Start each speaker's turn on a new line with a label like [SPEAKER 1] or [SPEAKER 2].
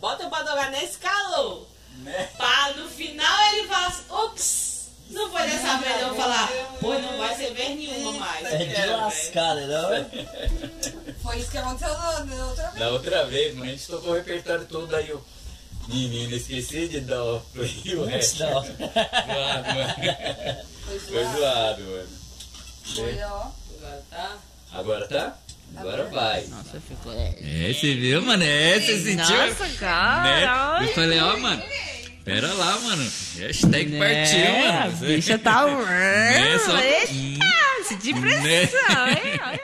[SPEAKER 1] bota pra jogar nesse calor.
[SPEAKER 2] Né?
[SPEAKER 1] Pá, no final ele fala assim, ups, não foi dessa vez, eu vou falar, pô, não vai ser vez nenhuma mais.
[SPEAKER 2] É de
[SPEAKER 1] Quero, velho.
[SPEAKER 3] lascada, não é?
[SPEAKER 4] Foi isso que aconteceu na- na outra vez.
[SPEAKER 2] Da outra vez, mano, a gente tocou o repertório todo, aí eu. Menino, esqueci de dar o play o resto.
[SPEAKER 3] Não.
[SPEAKER 2] Zoado, mano.
[SPEAKER 4] Foi
[SPEAKER 2] Foi
[SPEAKER 4] zoado.
[SPEAKER 2] zoado, mano.
[SPEAKER 4] Foi, ó.
[SPEAKER 1] Agora tá?
[SPEAKER 2] Agora tá? Agora vai.
[SPEAKER 5] Nossa, ficou. É,
[SPEAKER 2] É, você viu, mano? É, você Né?
[SPEAKER 5] Nossa, cara.
[SPEAKER 2] Eu falei, ó, mano. Pera lá, mano. Hashtag
[SPEAKER 5] Né?
[SPEAKER 2] partiu, mano.
[SPEAKER 5] A bicha tá.
[SPEAKER 2] Né, só- Né?
[SPEAKER 5] Eita, senti pressão, hein?